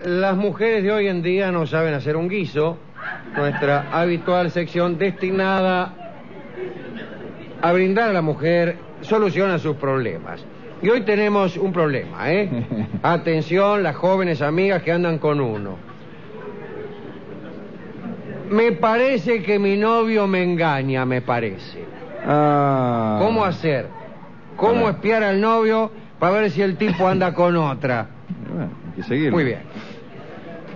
Las mujeres de hoy en día no saben hacer un guiso, nuestra habitual sección destinada a brindar a la mujer solución a sus problemas. Y hoy tenemos un problema, ¿eh? Atención, las jóvenes amigas que andan con uno. Me parece que mi novio me engaña, me parece. Ah. ¿Cómo hacer? ¿Cómo Para- espiar al novio para ver si el tipo anda con otra? Bueno, hay que seguirlo. Muy bien.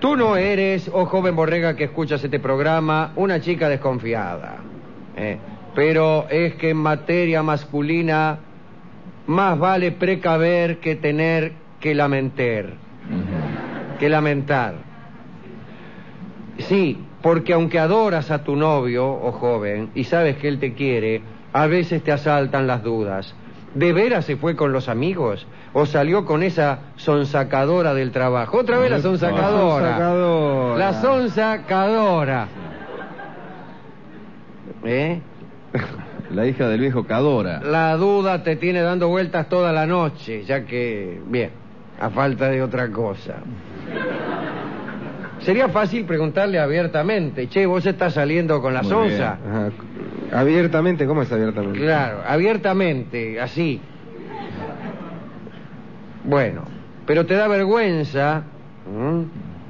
Tú no eres, oh joven borrega que escuchas este programa, una chica desconfiada. ¿eh? Pero es que en materia masculina más vale precaver que tener que lamentar. Que lamentar. Sí, porque aunque adoras a tu novio, oh joven, y sabes que él te quiere, a veces te asaltan las dudas. ¿De veras se fue con los amigos? ¿O salió con esa sonsacadora del trabajo? Otra vez la Epa. sonsacadora. Sonsacadora. La sonsacadora. ¿Eh? La hija del viejo Cadora. La duda te tiene dando vueltas toda la noche, ya que, bien, a falta de otra cosa. Sería fácil preguntarle abiertamente, che, vos estás saliendo con la Muy sonza. Ajá. Abiertamente, ¿cómo es abiertamente? Claro, abiertamente, así. Bueno, pero te da vergüenza, ¿m?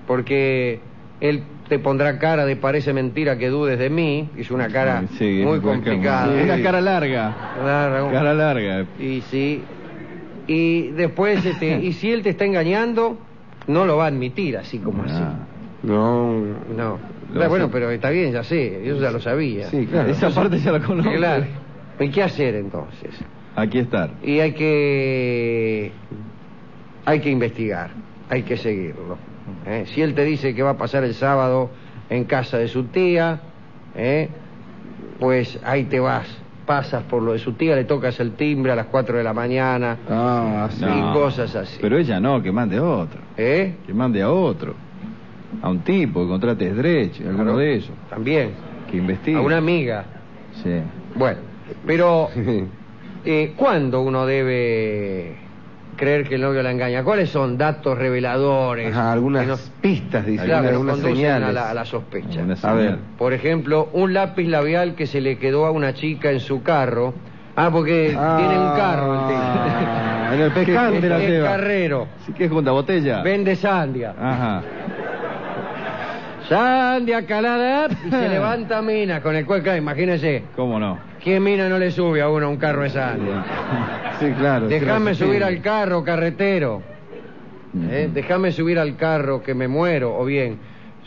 porque él te pondrá cara de parece mentira que dudes de mí, es una cara Sí, muy por acá, complicada. sí. Una Sí. cara larga. Claro. Cara larga. Y sí. Y después, este, y si él te está engañando, no lo va a admitir así como así. Ah. No. No. Lo Ah, bueno, sé. pero está bien, ya sé, yo ya lo sabía. Sí, claro. Esa parte ya la conozco. Claro. ¿Y qué hacer entonces? Aquí estar. Y hay que. Hay que investigar, hay que seguirlo. ¿eh? Si él te dice que va a pasar el sábado en casa de su tía, ¿eh? pues ahí te vas. Pasas por lo de su tía, le tocas el timbre a las 4 de la mañana. Ah, sí. No. cosas así. Pero ella no, que mande a otro. ¿Eh? Que mande a otro. A un tipo que contrate Sdrech, alguno Claro. de ellos. También. Que investigue. A una amiga. Sí. Bueno, pero Sí. eh, ¿cuándo uno debe creer que el novio la engaña? ¿Cuáles son datos reveladores? Ajá, que algunas nos- pistas, dice, claro, que nos algunas conducen señales. A la, a la sospecha. Alguna A ver. señal. Por ejemplo, un lápiz labial que se le quedó a una chica en su carro. Ah, porque tiene un carro el Ah, tipo. en el pescante la Es lleva. carrero. Si quieres junta botella. Vende sandia. Ajá. Sandia calada y se levanta mina con el cual, claro, imagínese. ¿Cómo no? ¿Quién mina no le sube a uno un carro de sandia? Sí, claro. Déjame sí, sí. subir al carro, carretero. ¿Eh? Déjame subir al carro que me muero. O bien,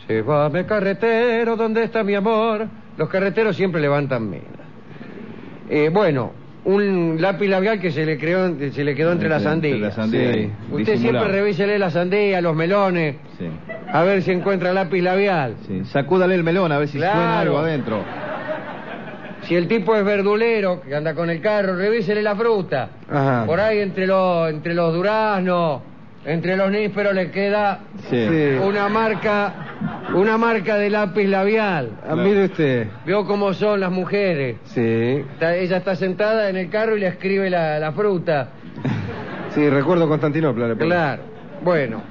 se va mi carretero, ¿dónde está mi amor? Los carreteros siempre levantan menos. bueno, un lápiz labial que se le, creó, se le quedó entre las Entre sandías. las sandías, Sí. ahí, Usted siempre disimulado. revísele las sandías, los melones, Sí. a ver si encuentra lápiz labial. sí. Sacúdale el melón a ver si suena Claro. algo adentro. Si el tipo es verdulero, que anda con el carro, revísele la fruta. Ajá. Por ahí entre los, entre los duraznos, entre los nísperos le queda Sí. Sí. una marca, una marca de lápiz labial. Ah, mire usted. Vio cómo son las mujeres. Sí. Está- ella está sentada en el carro y le escribe la, la fruta. Sí, recuerdo Constantinopla. le pongo. Claro. Bueno.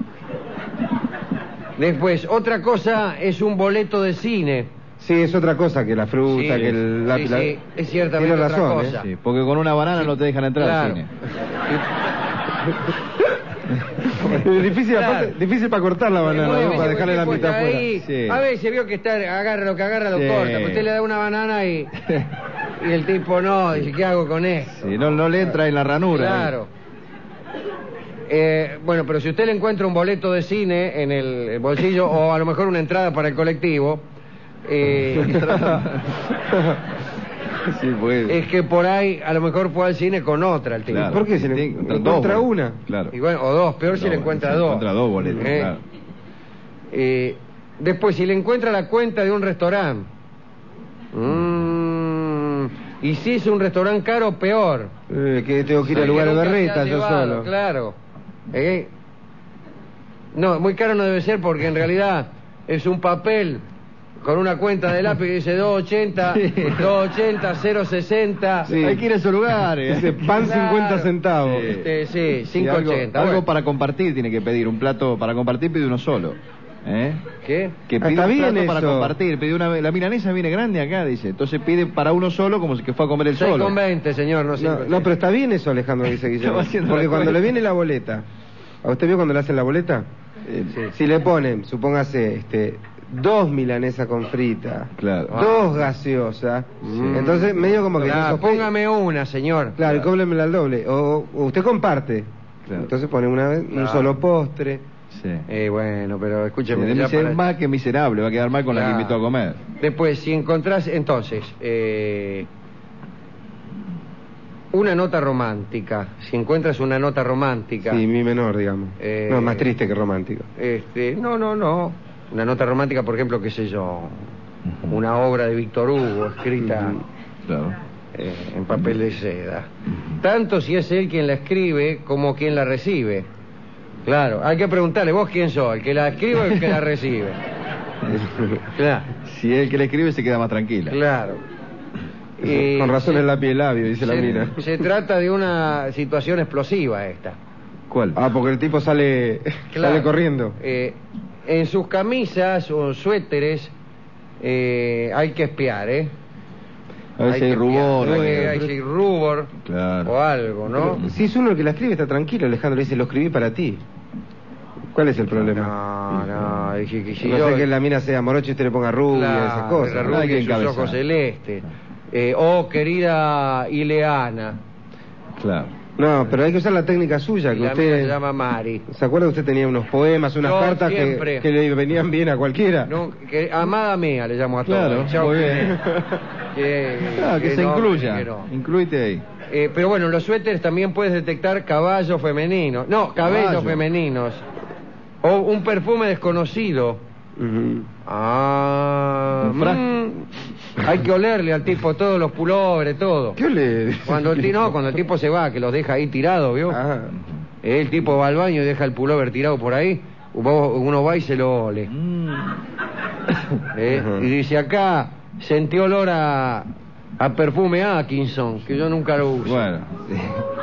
Después, otra cosa es un boleto de cine. Sí, es otra cosa que la fruta, Sí, que el lápiz. sí, sí, es ciertamente Tiene otra razón, ¿eh? cosa. Sí, porque con una banana no te dejan entrar al Claro. cine. Es difícil, Claro. aparte, difícil para cortar la banana, Muy ¿no? bien, para porque dejarle la tipo mitad está fuera. ahí, Sí. A veces vio que está, agarra lo que agarra, lo Sí. corta. Pero Usted le da una banana y, y el tipo no, dice, ¿qué hago con esto? Sí, no, no le entra en la ranura. Claro. Eh, bueno, pero si usted le encuentra un boleto de cine en el bolsillo o a lo mejor una entrada para el colectivo, eh, Sí, pues. es que por ahí a lo mejor fue al cine con otra el tipo. Claro. ¿Por qué se le Sí, encuentra dos, una? Claro. Y bueno, o dos, peor si No, le encuentra si dos. encuentra dos boletos, Eh, claro. eh, después, si le encuentra la cuenta de un restaurante. Mm, y si es un restaurante caro, peor. Eh, que tengo que ir Sí, al lugar de nunca se ha reta yo llevado, solo. Claro. Eh, No, muy caro no debe ser porque en realidad es un papel con una cuenta de lápiz que dice 280, Sí. 280, 060. Sí. Hay que ir a esos lugares. Dice pan Claro. 50 centavos. Sí. Este, sí, Sí, algo, 580. algo bueno. para compartir tiene que pedir, un plato para compartir pide uno solo. ¿Eh? ¿Qué? Que Ah, pide está un bien plato para eso. compartir, pide una la milanesa viene grande acá, dice. Entonces pide para uno solo como si que fue a comer el 6 solo. con 20, señor, no No, no, pero está bien eso, Alejandro, que dice Guillermo. Estaba haciendo Porque la cuando cuenta. le viene la boleta, ¿a usted vio cuando le hacen la boleta? Eh, Si le ponen, supóngase, este, dos milanesas con frita, Claro. dos gaseosas, entonces medio como que se Ah, sospecha. póngame una, señor. Claro, y cóbremela al doble. O, o usted comparte. Claro. Entonces pone una vez un Claro. solo postre. Sí. Eh, bueno, pero Sí, escúcheme. de ya miser- para- Más que miserable, va a quedar mal con la Claro. que invitó a comer. Después, si encontrás, entonces, eh, una nota romántica, si encuentras una nota romántica, Sí, mi menor, digamos. Eh, No, más triste que romántico. este, no, no, no, una nota romántica, por ejemplo, qué sé yo, una obra de Víctor Hugo escrita Claro. eh, en papel de seda, tanto si es él quien la escribe como quien la recibe. Claro, hay que preguntarle, vos quién sos, el que la escribe o el que la recibe. Claro, Si el que le escribe se queda más tranquila. claro. Eh, Con razón se- es la piel labio, dice la mina. Se trata de una situación explosiva esta. ¿Cuál? Ah, porque el tipo sale, sale corriendo. Eh, en sus camisas o suéteres eh, hay que espiar, ¿eh? a ver si hay que rubor. espiar, hay eh, que- hay si hay rubor Claro. o algo, ¿no? Si es uno el que la escribe, está tranquilo, Alejandro. le Dice, lo escribí para ti. ¿Cuál es el problema? No, no, dije que si no yo- sé que la mina sea morocho y te le ponga rubia, Claro, esas cosas. la ¿no? rubia Hay que y sus encabezar. ojos celestes. Eh, oh, querida Ileana. Claro. No, pero hay que usar la técnica suya, Y que la mina se usted... llama Mari. ¿Se acuerda que usted tenía unos poemas, unas Yo cartas que, siempre. que le venían bien a cualquiera? No, que- amada mía le llamo a Claro, todos. Chau, muy que- bien. que- Claro, Ah, que se no, incluya. que no. Incluite ahí. Eh, pero bueno, en los suéteres también puedes detectar caballos femeninos. No, cabellos Caballo. femeninos. O un perfume desconocido. Ujú. Ah, Un fra- mm. hay que olerle al tipo todos los pulobres, todo. ¿Qué le...? Cuando el, ti- no, cuando el tipo se va, que los deja ahí tirados, ¿vio? Ah, Eh, El tipo va al baño y deja el pullover tirado por ahí. Vos- Uno va y se lo ole. Eh, Ajá. Y dice acá, sentí olor a, a perfume Atkinson, que yo nunca lo uso. Bueno.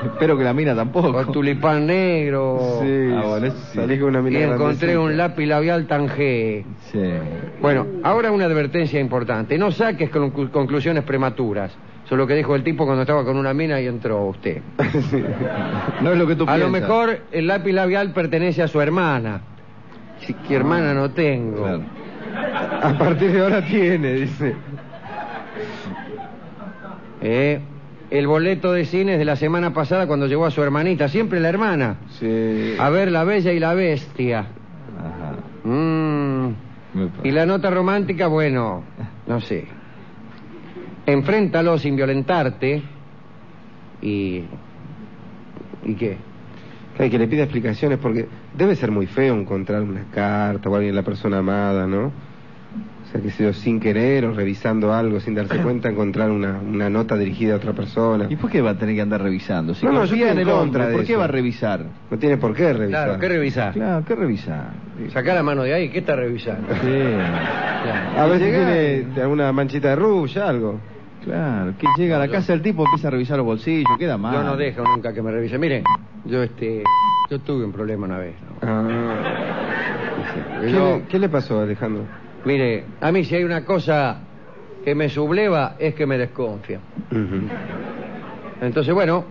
Espero que la mina tampoco. O tulipán negro. sí, Ah, bueno, eso sí. salí con una mina Y encontré grandecita. un lápiz labial tangé. Sí. Bueno, ahora una advertencia importante. No saques conclu- conclusiones prematuras. Eso es lo que dijo el tipo cuando estaba con una mina y entró usted. No es lo que tú A lo piensas. mejor el lápiz labial pertenece a su hermana. Si que hermana no tengo. Claro. A partir de ahora tiene, dice. Eh, El boleto de cines de la semana pasada cuando llegó a su hermanita, siempre la hermana. Sí. A ver, la bella y la bestia. Ajá. Mm. Me Y la nota romántica, bueno, no sé. Enfréntalo sin violentarte y... ¿Y qué? Ay, que le pida explicaciones porque debe ser muy feo encontrar una carta o alguien de la persona amada, ¿no? O sea, que sé yo, sin querer o revisando algo, sin darse cuenta, encontrar una, una nota dirigida a otra persona. ¿Y por qué va a tener que andar revisando? Si No, no, yo confía estoy en en el contra hombre, de ¿por qué eso. va a revisar? No tiene por qué revisar. Claro, ¿qué revisar? Claro, ¿qué revisar? Sacá la mano de ahí, ¿qué está revisando? Sí. Claro. A ver si Llegar. tiene alguna manchita de rubia, algo. Claro, que llega a la casa del tipo, empieza a revisar los bolsillos, queda mal. Yo no dejo nunca que me revise. Mire, yo este, yo tuve un problema una vez. ¿no? Ah. ¿Qué, Yo- le, qué le pasó, Alejandro? mire, a mí si hay una cosa que me subleva es que me desconfía. Entonces, bueno,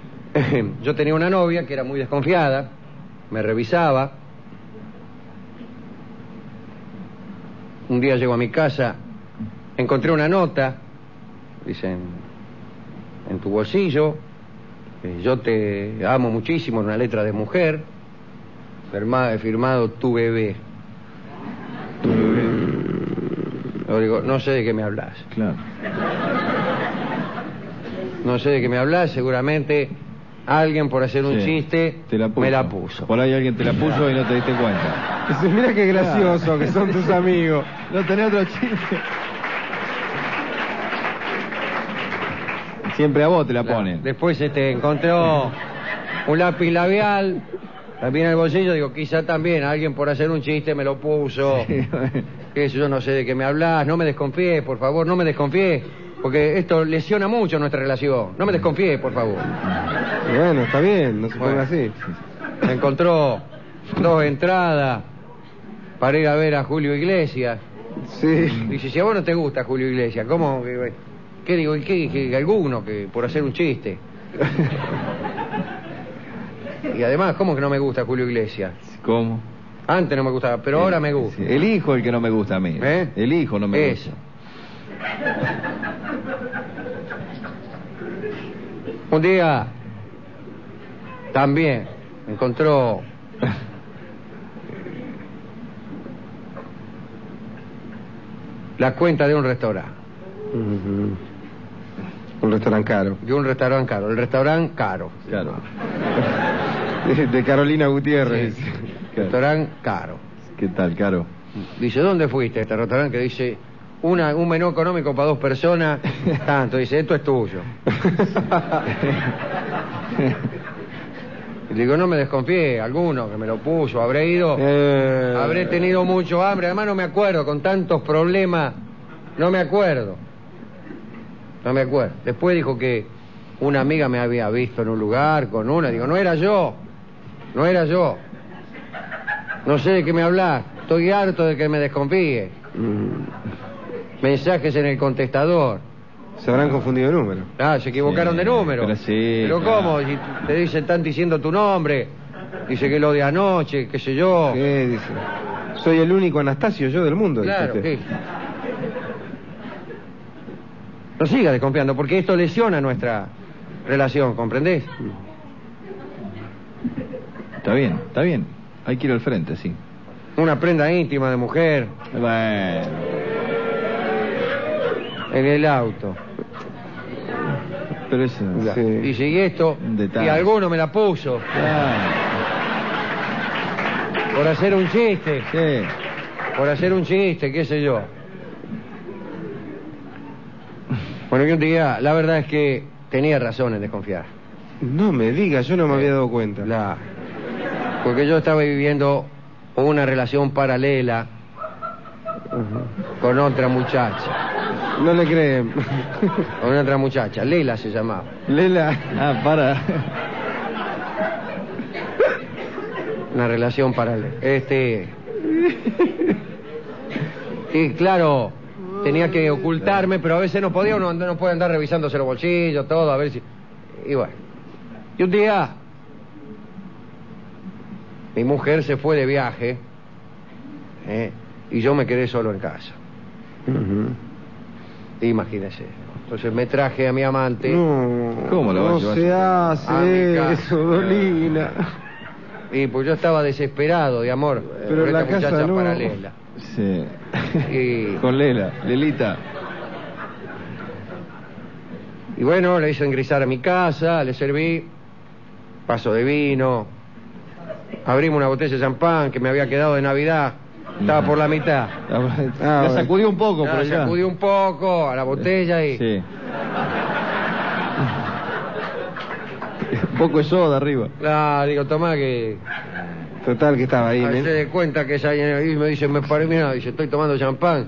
yo tenía una novia que era muy desconfiada, me revisaba. Un día llego a mi casa, encontré una nota, dicen, en tu bolsillo, eh, yo te amo muchísimo, en una letra de mujer, firmado, firmado tu bebé. Yo digo, no sé de qué me hablas. Claro. No sé de qué me hablas, seguramente alguien por hacer un Sí. chiste Te la puso. me la puso. Por ahí alguien te la puso y no te diste cuenta. Dice, Mira qué gracioso que son tus amigos. No tenés otro chiste. Siempre a vos te la Claro. ponen. Después este, encontró un lápiz labial, También al bolsillo digo, quizá también alguien por hacer un chiste me lo puso. Que yo no sé de qué me hablas, no me desconfíes, por favor, no me desconfíes. Porque esto lesiona mucho nuestra relación. No me desconfíes, por favor. Y bueno, está bien, no se Bueno. ponga así. Me encontró dos entradas para ir a ver a Julio Iglesias. Sí. Dice, si a vos no te gusta Julio Iglesias, ¿cómo? que- eh, ¿Qué digo? ¿Y qué? que alguno que por hacer un chiste. Y además, ¿cómo que no me gusta Julio Iglesias? ¿Cómo? Antes no me gustaba, pero ahora me gusta. Sí, El hijo el que no me gusta a mí. ¿Eh? El hijo no me Eso. gusta. Un día también encontró la cuenta de un restaurante, Ujú. Un restaurante caro. de un restaurante caro, el restaurante caro, Claro. De Carolina Gutiérrez. Sí. Claro. restaurante caro. ¿Qué tal, Caro? Dice, ¿dónde fuiste a este restaurante? Que dice, una, un menú económico para dos personas, tanto. Dice, esto es tuyo. Y digo, no me desconfíe, alguno que me lo puso, habré ido, Eh, habré tenido mucho hambre, además no me acuerdo, con tantos problemas, no me acuerdo. No me acuerdo. Después dijo que una amiga me había visto en un lugar con una, digo, no era yo, no era yo. No sé de qué me hablas, estoy harto de que me desconfíe. mm, Mensajes en el contestador. Se habrán confundido el número. Ah, se equivocaron Sí, de número. pero sí, Pero claro. ¿cómo? Si te dicen, están diciendo tu nombre. Dice que lo de anoche, qué sé yo. ¿Qué dice? Soy el único Anastasio yo del mundo. dice Claro, usted. sí. No siga desconfiando, porque esto lesiona nuestra relación, ¿comprendés? Está bien, está bien. Hay que ir al frente, sí. Una prenda íntima de mujer Bueno. en el auto. Pero eso. Ya. Sí. Dice, y esto, Un detalle. y alguno me la puso Ah, por hacer un chiste, sí. por hacer un chiste, qué sé yo. Bueno, que un día, la verdad es que tenía razón en desconfiar. No me diga, yo no me había dado cuenta. La- Porque yo estaba viviendo una relación paralela con otra muchacha. No le creen. Con otra muchacha, Lela se llamaba. Lela. Ah, para. Una relación paralela. Este. Y claro, tenía que ocultarme, pero a veces no podía, uno no puede andar revisándose los bolsillos, todo, a ver si. Y bueno. Y un día. Mi mujer se fue de viaje. ¿eh? Y yo me quedé solo en casa. Ujú. Imagínese. Entonces me traje a mi amante. No. ¿Cómo lo va a No llevar? se Ah, hace A mi casa. eso, Dolina. Y pues yo estaba desesperado de amor eh, Pero por la esta casa muchacha no. paralela. Sí. Y, Con Lela. Lelita. y bueno, la hice ingresar a mi casa, le serví paso de vino, abrimos una botella de champán que me había quedado de Navidad, estaba por la mitad. la sacudió un poco, Ah, pero ya. sacudí un poco a la botella y Sí. Un poco de soda arriba. la digo, tomá que Total, que estaba Ah, ahí, se ¿eh? dé cuenta que es ahí y me dice, me paré, mira, dice, estoy tomando champán,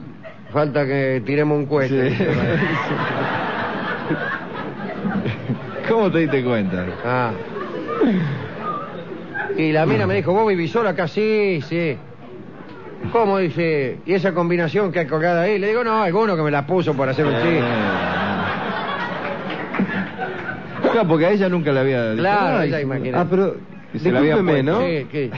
falta que tiremos un cohete. Sí. ¿Cómo te diste cuenta? Ah. Y la mina me dijo, vos vivís sola acá, sí, sí. ¿Cómo dice? ¿Y esa combinación que hay colgada ahí? Le digo, no, alguno que me la puso para Ah, hacer un chiste. Claro, porque a ella nunca le había dicho. Claro, "Ay, ella imagina. Ah, pero. Y se la había Discúlpeme, puesto. ¿no? Sí, ¿qué?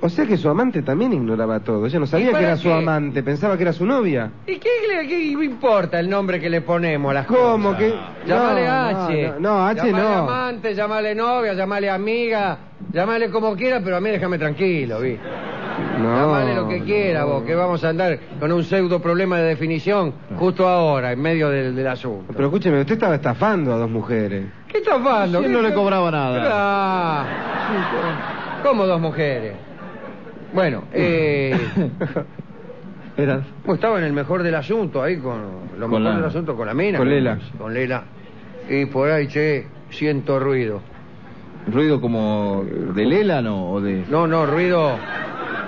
O sea que su amante también ignoraba todo. Ella no sabía que para era su qué? amante, pensaba que era su novia. ¿Y qué, le- qué importa el nombre que le ponemos a las ¿Cómo cosas? que? Llamale no, H. No, no, H Llamale no. amante, llamale novia, llamale amiga, llamale como quiera, pero a mí déjame tranquilo, vi. No. Llamale lo que quiera vos, que vamos a andar con un pseudo problema de definición justo ahora, en medio del, del asunto. Pero escúcheme, usted estaba estafando a dos mujeres. ¿Qué estás hablando? Sí, ¿Qué- no le qué- cobraba nada. Ah. ¿Cómo dos mujeres? Bueno, eh, Era- pues estaba en el mejor del asunto ahí con lo Con mejor la- del asunto con la mina. con Lela. Con Lela. Y por ahí, che, siento ruido. ¿Ruido como del élano o de.? No, no, ruido.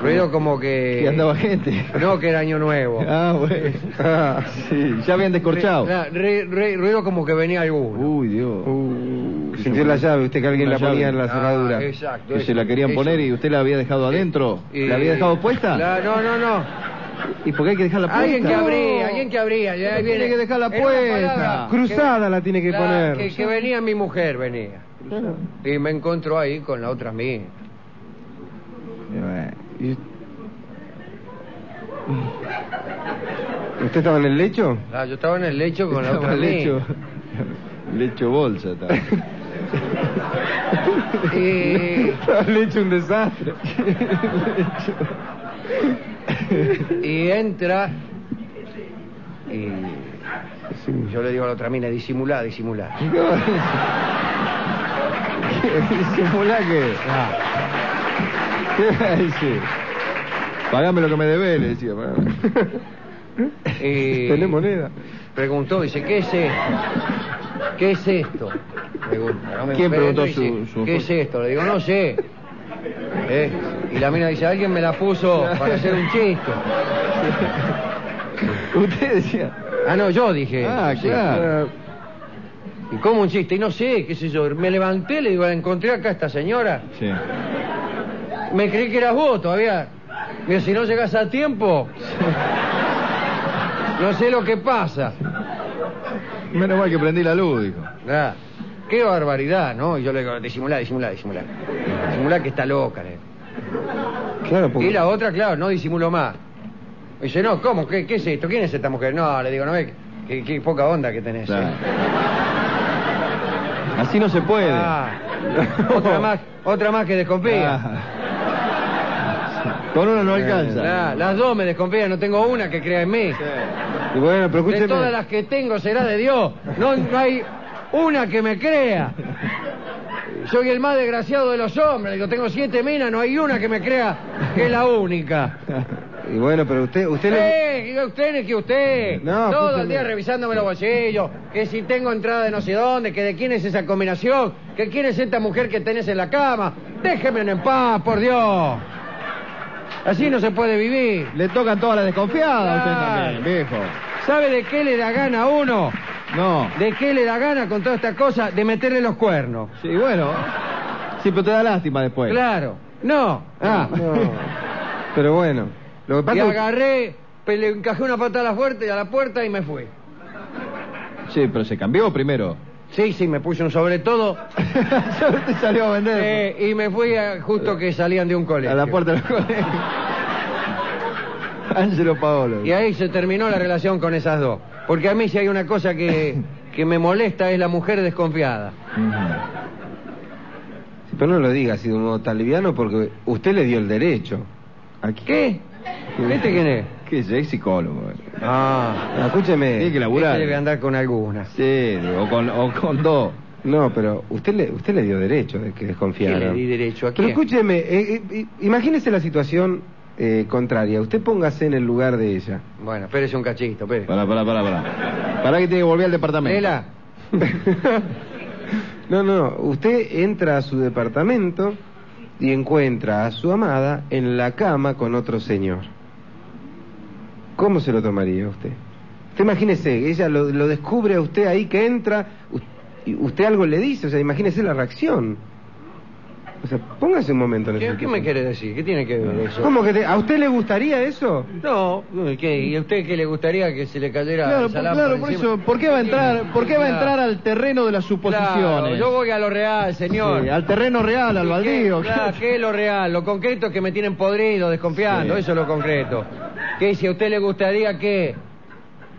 Ruido como que. Que andaba gente. No, que era año nuevo. Ah, bueno. Ah, sí, ya habían descorchado. Re- re- re- ruido como que venía alguno. Uy, Dios. Uh, Sintió la llave, usted que alguien Una la ponía llave. en la Ah, cerradura. exacto, Que se eso, la querían eso. Eh, poner y usted la había dejado adentro. Y- ¿La había dejado puesta? La- no, no, no. ¿Y por qué hay que dejarla puesta? Alguien que abría, No. alguien que abría. ya Pero viene. tiene que dejarla Era una puesta. palabra Cruzada la tiene que la- poner. Que, que venía mi mujer, venía. Claro. Y me encontró ahí con la otra mía. Bueno, y- ¿Usted estaba en el lecho? Ah, yo estaba en el lecho con la estaba otra Eh. lecho. mía. Lecho bolsa, estaba. Y, Estaba en el lecho un desastre. y entra. Y Sí. yo le digo a la otra mina, disimulá, disimulá. Disimulá que. Ah. Ay, sí. Pagame lo que me debes, le decía. pagame. Y ¿Tenés moneda? Preguntó, dice, ¿qué es esto? ¿Qué es esto? Pregunta, no me ¿Quién preguntó enfermo, dice, su- su- ¿Qué es esto? Le digo, no sé. ¿Eh? Y la mina dice, alguien me la puso para hacer un chiste. Usted decía. Ah, no, yo dije. Ah, sí. claro. ¿Y cómo un chiste? Y no sé, qué sé yo. Me levanté, le digo, la encontré acá a esta señora. Sí. Me creí que eras vos todavía. Mira, si no llegas a tiempo, no sé lo que pasa. Menos mal que prendí la luz, dijo. Ah, qué barbaridad, ¿no? Y yo le digo, disimulá, disimulá, disimulá. Disimulá que está loca, le digo. Claro, porque. Y la otra, claro, no disimuló más. Me dice, no, ¿cómo? ¿Qué, qué es esto? ¿Quién es esta mujer? No, le digo, no ves, qué, qué poca onda que tenés. ¿eh? Claro. Así no se puede. Ah, otra, más, otra más que desconfía. Ah. Con uno no alcanza. Ah, las dos me desconfían, no tengo una que crea en mí. Y bueno, pero De escúcheme. todas las que tengo será de Dios. No, no hay una que me crea. Soy el más desgraciado de los hombres. Yo tengo siete minas, no hay una que me crea que es la única. Y bueno, pero usted, usted le... Eh, diga usted ni que usted. No, Todo el escúcheme. día revisándome los bolsillos. Que si tengo entrada de no sé dónde, que de quién es esa combinación, que quién es esta mujer que tenés en la cama. Déjeme en paz, por Dios. Así no se puede vivir. Le tocan todas las desconfiadas a Claro. usted también, viejo. ¿Sabe de qué le da gana a uno? No. ¿De qué le da gana con toda esta cosa de meterle los cuernos? Sí, bueno. Sí, pero te da lástima después. Claro. No. Ah. No. Pero bueno, lo que Y pasa es agarré, pe- le encajé una patada a la puerta y a la puerta y me fui. Sí, pero se cambió primero. Sí, sí, me puse un sobre todo Ya te salió a vender. eh, y me fui a- justo que salían de un colegio. A la puerta del colegio. Ángelo Paolo. Y ahí se terminó la relación con esas dos. Porque a mí si hay una cosa que, que me molesta es la mujer desconfiada. Ujú. Sí, Pero no lo diga así de un modo tan liviano porque usted le dio el derecho. Aquí. ¿Qué? ¿Este quién es? ¿Qué sé? Es psicólogo. eh. Ah, Ah, escúcheme. Tiene que este laburar. debe andar con alguna. Sí, o con, o con dos. No, pero usted le, usted le dio derecho de que desconfiara. ¿Qué le di derecho? ¿A Pero quién? escúcheme, eh, eh, eh, imagínese la situación eh, contraria. Usted póngase en el lugar de ella. Bueno, espérese un cachito, espérese. Pará, pará, pará, pará. Pará que tiene que volver al departamento. Lela, no, no, no. Usted entra a su departamento y encuentra a su amada en la cama con otro señor. ¿Cómo se lo tomaría usted? Usted imagínese, ella lo, lo descubre a usted ahí que entra, u- y usted algo le dice, o sea, imagínese la reacción. O sea, póngase un momento en ¿qué, esa qué me situación. quiere decir? ¿Qué tiene que ver eso? ¿Cómo que te- a usted le gustaría eso? No, ¿qué? ¿y a usted qué le gustaría que se le cayera Claro, el por, salame claro, por por encima? eso, ¿por qué va a entrar, por qué va a Claro. entrar al terreno de las Claro, suposiciones? yo voy a lo real, señor. Sí, al terreno real, al ¿Y baldío. ¿Qué, claro, ¿qué es lo real? Lo concreto es que me tienen podrido, desconfiando, Sí. eso es lo concreto. ¿Qué si a usted le gustaría que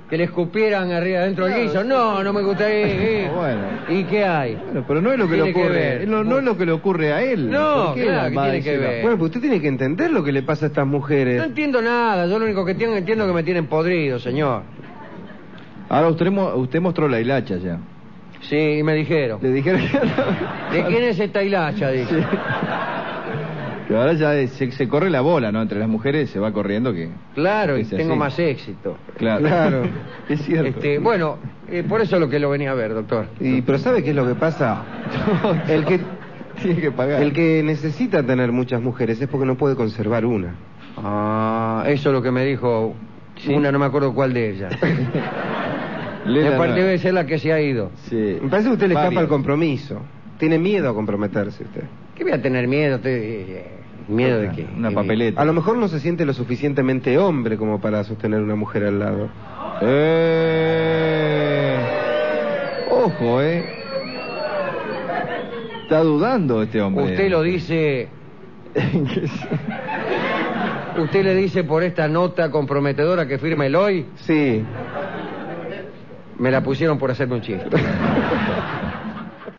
que le escupieran arriba dentro del guiso? No, no me gustaría. ¿eh? Bueno. ¿Y qué hay? Bueno, pero no es lo que le Tiene que ocurre, ver. es lo- no es lo que le ocurre a él. No, ¿Por qué claro, que va a tiene que decir- ver. Bueno, pues usted tiene que entender lo que le pasa a estas mujeres. Eh. No entiendo nada, yo lo único que tengo, entiendo que me tienen podrido, señor. Ahora usted, mo- usted mostró la hilacha ya. Sí, y me dijeron. Le dijeron que, ¿De quién es esta hilacha? Dije. que ahora ya es- se, se corre la bola, ¿no? Entre las mujeres se va corriendo que... Claro, y Es así. tengo más éxito. Claro. Claro. es cierto. Este, bueno, eh, por eso lo que lo venía a ver, doctor. Y, pero ¿sabe qué es lo que pasa? El que, Tiene que pagar. El que necesita tener muchas mujeres es porque no puede conservar una. Ah, eso es lo que me dijo Sí. una, no me acuerdo cuál de ellas. Lela, Me parece no. debe ser la que se ha ido. Sí. Me parece que usted le escapa Varias. al compromiso. Tiene miedo a comprometerse usted. ¿Qué voy a tener miedo? Te- eh, ¿Miedo de qué? Una papeleta. A lo mejor no se siente lo suficientemente hombre como para sostener una mujer al lado. Eh. Ojo, ¿eh? Está dudando este hombre. Usted lo dice, usted le dice por esta nota comprometedora que firma el hoy, Sí. me la pusieron por hacerme un chiste.